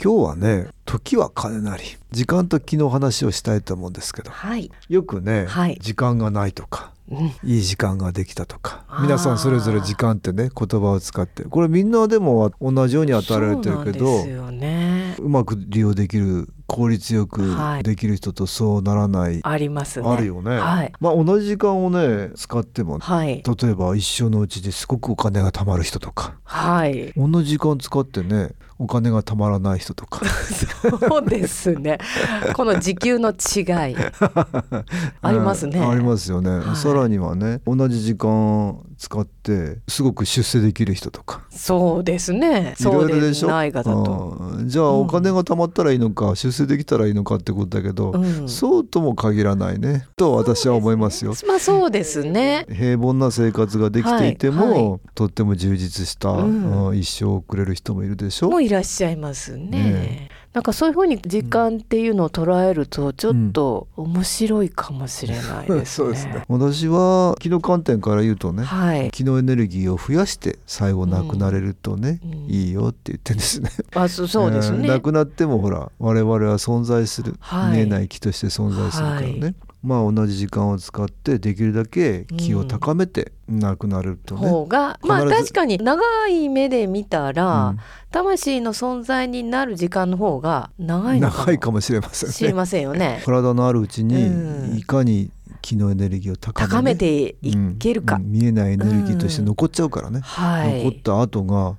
今日はね時は金なり時間と気の話をしたいと思うんですけどはい、よくね、はい時間がないとかうん、いい時間ができたとかあー皆さんそれぞれ時間ってね言葉を使ってこれみんなでも同じように与えられてるけそうなどんですよね。うまく利用できる効率よくはいできる人とそうならない、ありますね。あるよね、はいまあ同じ時間をね使ってもはい、例えば一生のうちですごくお金が貯まる人とかはい、同じ時間使ってねお金が貯まらない人と かそうですね。この時給の 違い。ありますねうんありますよね、はいさらにはね同じ時間使ってすごく出世できる人とかそうですね。いろいそろうででしすょないがだと。うんじゃあうんお金が貯まったらいいのか、出世できたらいいのかってことだけど、うんそうとも限らないねと私は思いますよ。まあ、そうですね。平凡な生活ができていても、はいとっても充実した、うんうん一生を送れる人もいるでしょもういらっしゃいますね。ねなんかそういうふうに時間っていうのを捉えるとちょっと面白いかもしれないですね。 そうですね。私は気の観点から言うとね、はい。気のエネルギーを増やして最後なくなれるとね、うんいいよって言ってんですね。あ、そそうですえーね。なくなってもほら我々は存在する、はい見えない気として存在するからね。はまあ同じ時間を使ってできるだけ気を高めてなくなるとね。方が、まあ必ず確かに長い目で見たら、うん魂の存在になる時間の方が長いのか長いかももしれませんね。。しれませんよね 体のあるうちうんにいかに気のエネルギーを高め,、高めていけるか。うんうん見えないエネルギーとして残っちゃうからね、は残っい。た後が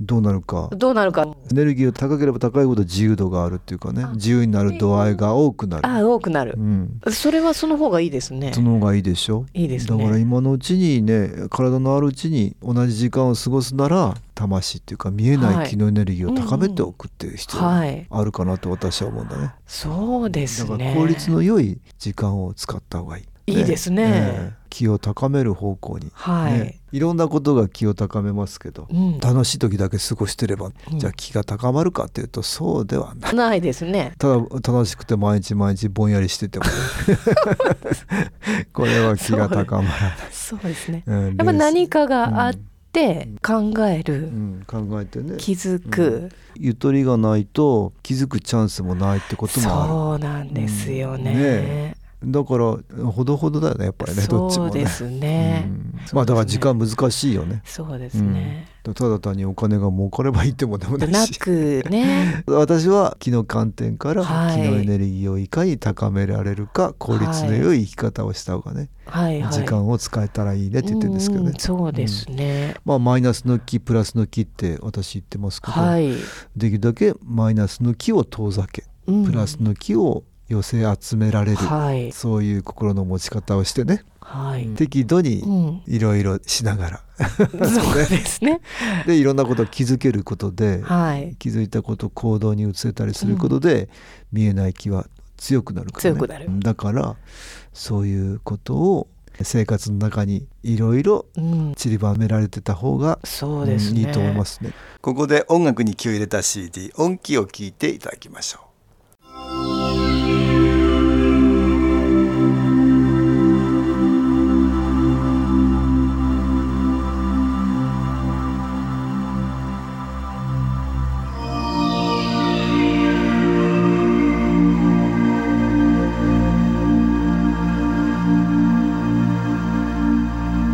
どうなるかどうなるか。エネルギーが高ければ高いほど自由度があるっていうかねあ自由になる度合いが多くなる、あ、多くなるう。ん、それはその方がいいですねそ。の方がいいでしょいいですねだから今のうちにね体のあるうちに同じ時間を過ごすなら魂っていうか見えなはいい気のエネルギーを高めておくっていう必要がはい。あるかなと私は思うんだね、そうですだからね。効率の良い時間を使った方がいい。いいですね気を高める方向に、はいねいろんなことが気を高めますけど、うん楽しい時だけ過ごしてれば、うんじゃあ気が高まるかっていうとそうではない。ないですね。ただ楽しくて毎日毎日ぼんやりしてて もね、これは気が高まらない。そうですね。ややっぱ何かがあって考えうる、ん、考えてね気づく、ゆとりがないと気づくチャンスもないってこともあるそうなんですようんねね。ねだからほどほどだよねやっぱりねどっちもそねうですね。うんそうですねまあだから時間難しいよね。そうですね。うんただ単にお金が儲かればいいってもんでもなでいなし。く ね私は気の観点から気はいのエネルギーをいかに高められるか効率の良い生き方をした方がね、はいはい時間を使えたらいいねって言ってるんですけどうねん、そうですね、まあマイナスの気プラスの気って私言ってますけど、はい、できるだけマイナスの気を遠ざけうんプラスの気を寄せ集められる、はいそういう心の持ち方をしてね、はい、うん適度にいろいろしな がら、そうですねでいろんなことを気づけることで、はい気づいたことを行動に移せたりすることで、見えない気は強くなるから、ね、強くなるだからそういうことを生活の中にいろいろうん散りばめられてた方がそうですねうんいいと思いますね。ここで音楽に気を入れた CD 音気を聞いていただきましょう「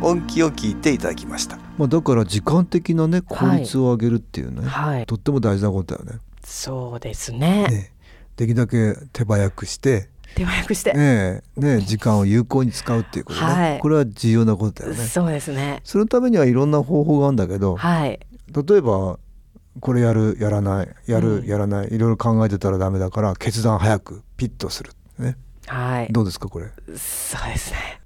本気を聞いていただきましたまあ、だから時間的なね効率を上げるっていうね、はいとっても大事なことだよね。そうですねねできるだけ手早くして、手早くして、ねえねえ時間を有効に使うっていうことね、はいこれは重要なことだよね。そうですねそのためにはいろんな方法があるんだけど、はい例えばこれやるやらないやる、うんやらないいろいろ考えてたらダメだから決断早くピッとする、ね、はいどうですかこれ、そうですね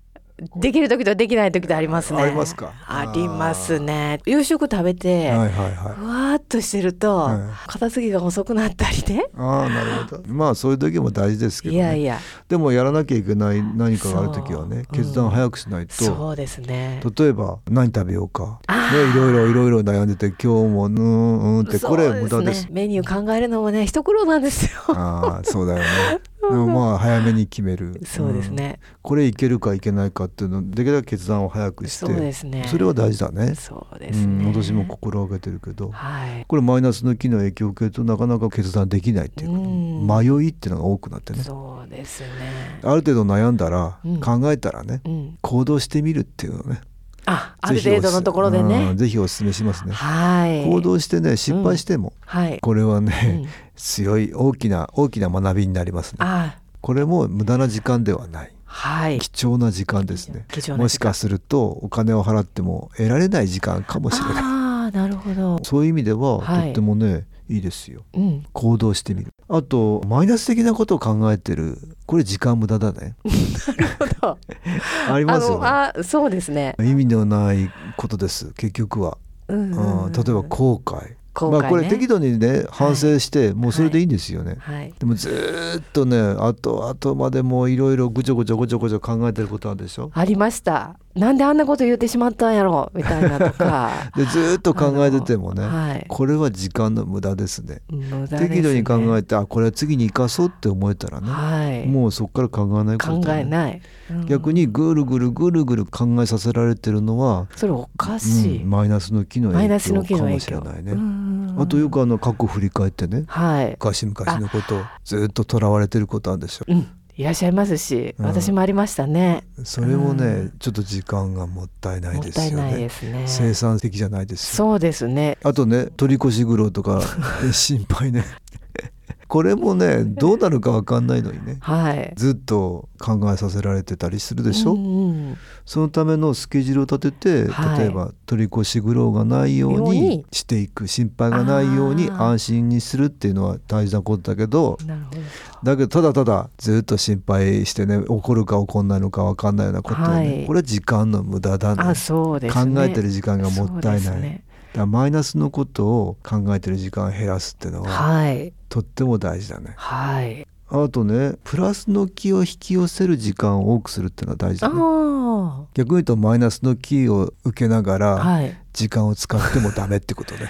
できる時とできない時とありますねありますかありますね夕食食べて、はいはいはいふわーっとしてると、はい片付けが遅くなったりねああなる ほどまあそういう時も大事ですけど、いね、やいやでもやらなきゃいけない何かがある時はねそう決断早くしないと、そうですね例えば何食べようか、あね、いろいろいろいろ悩んでて今日もうーんうーんってそうこでれすね無 駄ですメニュー考えるのもね一苦労なんですよああそうだよねでもまあ早めに決めるそうです、ね、うんこれいけるかいけないかっていうのできるだけ決断を早くしてそうですねそれは大事だねそうですね、うん、私も心がけてるけどはいこれマイナスの機能影響を受けるとなかなか決断できないっていうかね、うん迷いっていうのが多くなってねそうですねある程度悩んだら、うん考えたらねうん行動してみるっていうのをねああるぜひ程おす度のところでうねんぜひお勧めしますね、はい行動してね失敗しても、はいこれはね、うん強い大きな大きな学びになりますねあこれも無駄な時間ではないはい貴重な時間ですね貴重な時間もしかするとお金を払っても得られない時間かもしれないああなるほどそういう意味では、はいとってもねいいですようん行動してみるあとマイナス的なことを考えてるこれ時間無駄 だねなるほど ありますよねあのあそうですね意味のないことです結局は、うんうんううんん例えば後悔後悔ねまあこれ適度にね反省して、もうそれでいいんですよね、はいでもずーっとねあとあとまでもういろいろぐちょぐちょぐちょぐちょ考えてることあるでしょありましたなんであんなこと言ってしまったんやろみたいなとか でずーっと考えててもね、あのはいこれは時間の無駄ですね無駄ですね適度に考えてあこれは次に生かそうって思えたらね、はいもうそこから考えないこと考だねえない、うん逆にぐるぐるぐるぐる考えさせられてるのは、それおかうしい、ん、マイナスの機能マイ影ナスの響機能か影もしれ響ないね、うんあとよくあの過去振り返ってねはい昔々のことをずっととらわれてることあるでしょうんいらっしゃいますし、うん私もありましたねそれもね、うんちょっと時間がもったいないもっですたいよないねですね生産的じゃないですよそうですねあとね取り越し苦労 とか心配ねこれもねどうなるかわかんないのにねはいずっと考えさせられてたりするでしょ、うんうんそのためのスケジュールを立てて、はい例えば取り越し苦労がないようようににしていく心配がないようにあー安心にするっていうのは大事なことだけどなるほどだけどただただずっと心配してね怒るか怒んないのか分かんないようなことをね、はいこれは時間の無駄だねあそうですね考えてる時間がもったいそうなですい、ねだからマイナスのことを考えてる時間を減らすっていうのは、はいとっても大事だねはいあとねプラスの気を引き寄せる時間を多くするっていうのは大事あだねあ逆に言うとマイナスのキーを受けながらはい時間を使ってもダメってことね。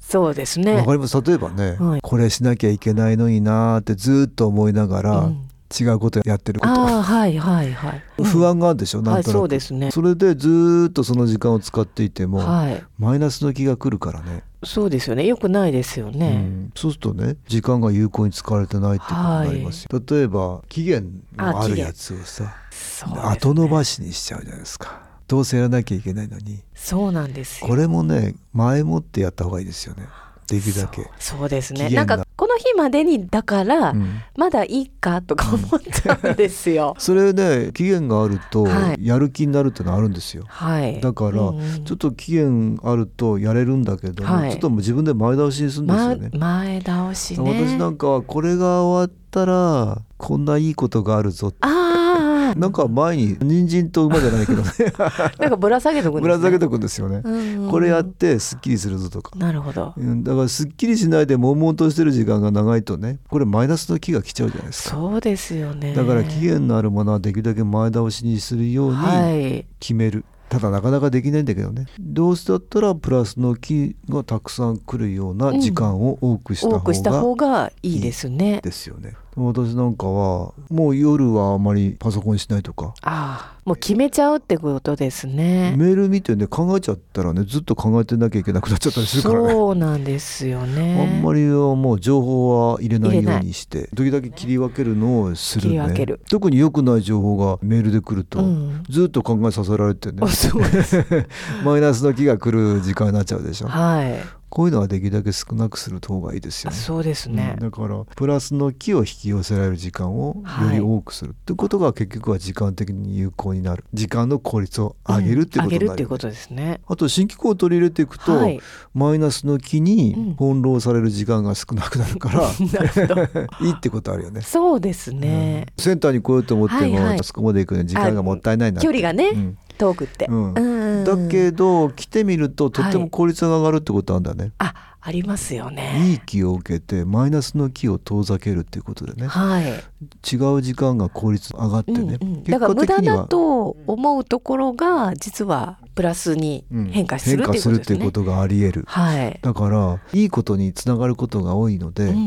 そうです ねわかります例えばね、はいこれしなきゃいけないのになーってずーっと思いながら、うん違うことやってるこああと。はいはいはい、 不安があるでしょ、なんとなく、はいそうですねそれでずーっとその時間を使っていても、はいマイナスの気が来るからねそうですよねよくないですようね、んそうするとね時間が有効に使われてないってことになりますよ、例えば期限のああ期る限やつをさ、そうですね後延ばしにしちゃうじゃないですかどうせやらなきゃいけないのにそうなんですよこれもね前もってやった方がいいですよねできるだけ、そうそうですね期な限んがかこの日までにだから、うん。まだいいかとか思っちゃうんですよ それね期限があるとはいやる気になるってのはあるんですよ、はい。だから、うんうんちょっと期限あるとやれるんだけども、はいちょっともう自分で前倒しにするんですよまね、前倒しね。私なんかはこれが終わったらこんないいことがあるぞあなんか前に人参と馬じゃないけどねあ、なんかぶら下げとくんぶです、ね。ら下げてくんですよね、うんうんこれやってすっきりするぞとか、なるほど。うん、だからすっきりしないで悶々としてる時間が長いとねこれマイナスの気が来ちゃうじゃないですかそうですよね。だから期限のあるものはできるだけ前倒しにするようはにい。決める、ただなかなかできないんだけどねどうせだったらプラスの気がたくさん来るような時間を多くした多方くしたが方がいいですね。ですよね、私なんかはもう夜はあまりパソコンしないとかああもう決めちゃうってことですねメール見てね考えちゃったらねずっと考えてなきゃいけなくなっちゃったりするからね。そうなんですよねあんまりはもう情報は入れない入れよなういにして時々切り分けるのをするね切り分ける特に良くない情報がメールで来ると、うんずっと考えさせられてねあそうです マイナスの気が来る時間になっちゃう でしょはいこういうのはできるだけ少なくする方がいいですよあねそうですねうんだからプラスの気を引き寄せられる時間をよはいり多くする、ってことが結局は時間的に有効になる時間の効率を上げるっていう上ことげにるなってる,、いうことですねあと新機構を取り入れていくと、 はいマイナスの気うんに翻弄される時間が少なくなるから、 なるほどいいってことあるよね。そうですね、うんセンターに来ようと思っても、はいはいあそこまで行くのに時間がもったいないなって距離がね、うん遠くって、うんうんだけど来てみるととっても効率が上がるってことなんだね、あありますよい、いね気を受けてマイナスの気を遠ざけるっていうことでねはい、違う時間が効率上がってね、うんうん、結だから果無的駄にだはと思うところが実はプラスにうん変化するっていうこと変化ですするっていねうこ。とがあり得るはい。だからいいことにつながることが多いので、うだんか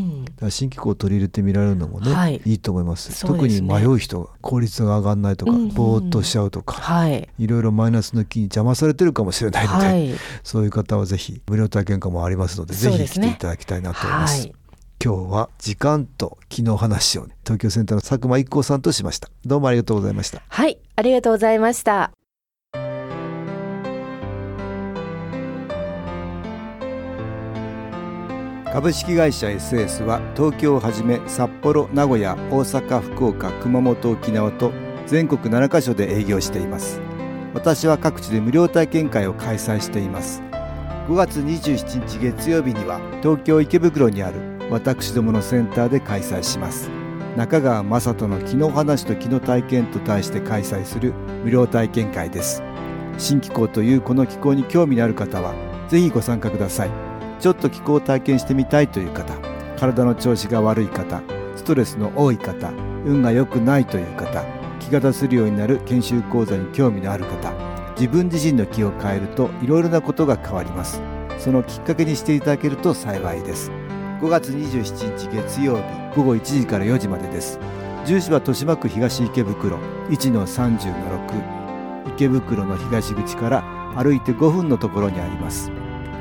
ら新機構を取り入れてみられるのもね、はいい、いと思いますそう特ですにね迷う人が効率が上がらないとか、うんうんぼーっとしちゃうとか、はい。いろいろマイナスの気に邪魔されてるかもしれないので、はい。そういう方はぜひ無料体験会もありますのでそうぜでひす来てねいただきたいなと思いまはす、い。今日は時間と気の話を東京センターの佐久間一行さんとしましたどうもありがとうございましたはい。ありがとうございました。株式会社 SS は東京をはじめ札幌名古屋大阪福岡熊本沖縄と全国7カ所で営業しています私は各地で無料体験会を開催しています5月27日月曜日には東京池袋にある私どものセンターで開催します中川雅人の気の話と気の体験と題して開催する無料体験会です新機構というこの機構に興味のある方はぜひご参加くださいちょっと気候を体験してみたいという方体の調子が悪い方ストレスの多い方運が良くないという方気が出せるようになる研修講座に興味のある方自分自身の気を変えるといろいろなことが変わりますそのきっかけにしていただけると幸いです5月27日月曜日午後1時から4時までです住所は豊島区東池袋1-30-6池袋の東口から歩いて5分のところにあります